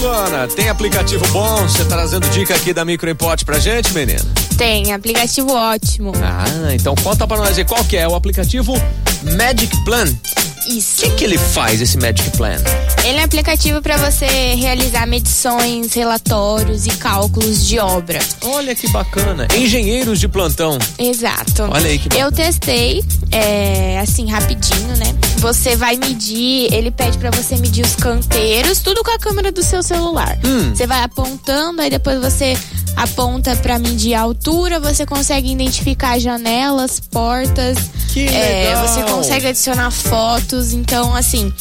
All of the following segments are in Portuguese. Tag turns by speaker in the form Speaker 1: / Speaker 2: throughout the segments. Speaker 1: Luana, tem aplicativo bom? Você tá trazendo dica aqui da Micro Import pra gente, menina?
Speaker 2: Tem, aplicativo ótimo.
Speaker 1: Ah, então conta pra nós aí qual que é o aplicativo Magic Plan. O
Speaker 2: Isso.
Speaker 1: que, que ele faz, esse Magic Plan?
Speaker 2: Ele é um aplicativo para você realizar medições, relatórios e cálculos de obra.
Speaker 1: Olha que bacana. Engenheiros de plantão.
Speaker 2: Exato.
Speaker 1: Olha aí que bacana.
Speaker 2: Eu testei, é, assim, rapidinho, né? Você vai medir, ele pede pra você medir os canteiros, tudo com a câmera do seu celular.
Speaker 1: Hum.
Speaker 2: Você vai apontando, aí depois você aponta pra medir a altura, você consegue identificar janelas, portas.
Speaker 1: Que
Speaker 2: é,
Speaker 1: legal.
Speaker 2: você consegue adicionar fotos, então assim.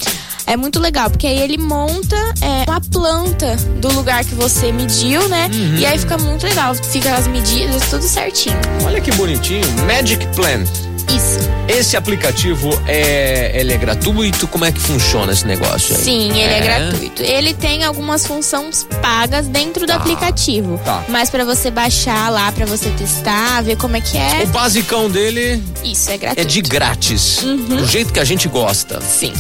Speaker 2: É muito legal, porque aí ele monta é, uma planta do lugar que você mediu, né?
Speaker 1: Uhum.
Speaker 2: E aí fica muito legal, fica as medidas, tudo certinho.
Speaker 1: Olha que bonitinho. Magic Plan.
Speaker 2: Isso.
Speaker 1: Esse aplicativo é, ele é gratuito? Como é que funciona esse negócio aí?
Speaker 2: Sim, ele é. gratuito. Ele tem algumas funções pagas dentro do
Speaker 1: Tá,
Speaker 2: aplicativo.
Speaker 1: tá.
Speaker 2: Mas pra você baixar lá, pra você testar, ver como é que
Speaker 1: O
Speaker 2: é,
Speaker 1: basicão dele
Speaker 2: isso é
Speaker 1: é
Speaker 2: gratuito.
Speaker 1: de grátis.
Speaker 2: Uhum.
Speaker 1: Do jeito que a gente gosta.
Speaker 2: Sim.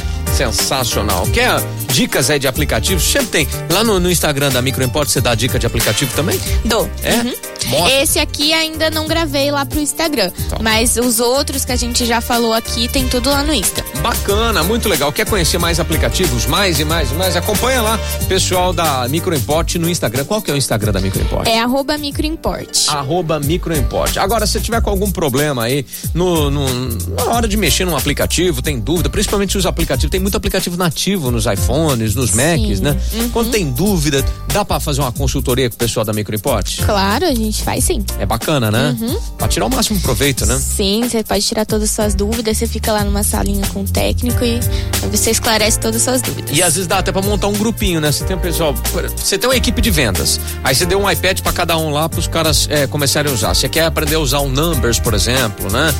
Speaker 1: Sensacional. Quer dicas aí de aplicativos? Sempre tem. Lá no, no Instagram da Micro Import você dá dica de aplicativo também?
Speaker 2: Dou.
Speaker 1: É?
Speaker 2: Uhum.
Speaker 1: Mostra.
Speaker 2: Esse aqui ainda não gravei lá pro Instagram.
Speaker 1: Tá.
Speaker 2: Mas os outros que a gente já falou aqui, tem tudo lá no Insta.
Speaker 1: Tá. Bacana, muito legal. Quer conhecer mais aplicativos? Mais e mais e mais? Acompanha lá, pessoal da Micro Import no Instagram. Qual que é o Instagram da Micro Import?
Speaker 2: É arroba microimporte.
Speaker 1: arroba microimporte. Agora, se tiver com algum problema aí no, no- na hora de mexer num aplicativo, tem dúvida, principalmente os aplicativos, tem muito aplicativo nativo nos iPhones, nos Macs, né?
Speaker 2: Uhum.
Speaker 1: Quando tem dúvida, dá pra fazer uma consultoria com o pessoal da Microimporte?
Speaker 2: Claro, a gente faz sim.
Speaker 1: É bacana, né? Pra tirar o máximo proveito, né?
Speaker 2: Sim, você pode tirar todas as suas dúvidas, você fica lá numa salinha com o técnico e você esclarece todas as suas dúvidas.
Speaker 1: E às vezes dá até pra montar um grupinho, né? Você tem um pessoal. Você tem uma equipe de vendas. Aí você deu um iPad pra cada um lá pros caras é, começarem a usar. Você quer aprender a usar o Numbers, por exemplo, né?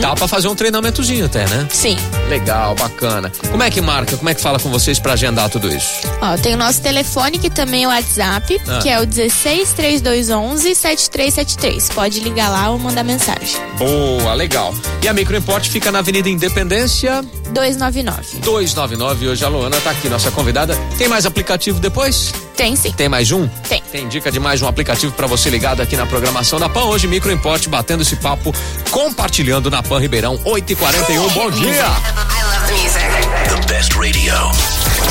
Speaker 1: Dá pra fazer um treinamentozinho até, né?
Speaker 2: Sim.
Speaker 1: Legal, bacana. Como é que marca? Como é que fala com vocês pra agendar tudo isso?
Speaker 2: Ó, tem o nosso telefone, que também é o WhatsApp,
Speaker 1: Ah.
Speaker 2: que é o 16 3211 7373. Pode ligar lá ou mandar mensagem.
Speaker 1: Boa, legal. E a Microimport fica na Avenida Independência
Speaker 2: 299.
Speaker 1: 299. Hoje a Luana tá aqui, nossa convidada. Tem mais aplicativo depois?
Speaker 2: Tem sim.
Speaker 1: Tem mais um?
Speaker 2: Tem.
Speaker 1: Tem dica de mais um aplicativo pra você ligado aqui na programação da Pan. Hoje, Microimport batendo esse papo, compartilhando na Pan Ribeirão 8h41. Bom dia!
Speaker 3: I love music.
Speaker 4: The best radio.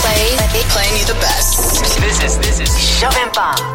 Speaker 3: Play, play me the best. This is this is Jovem Pan.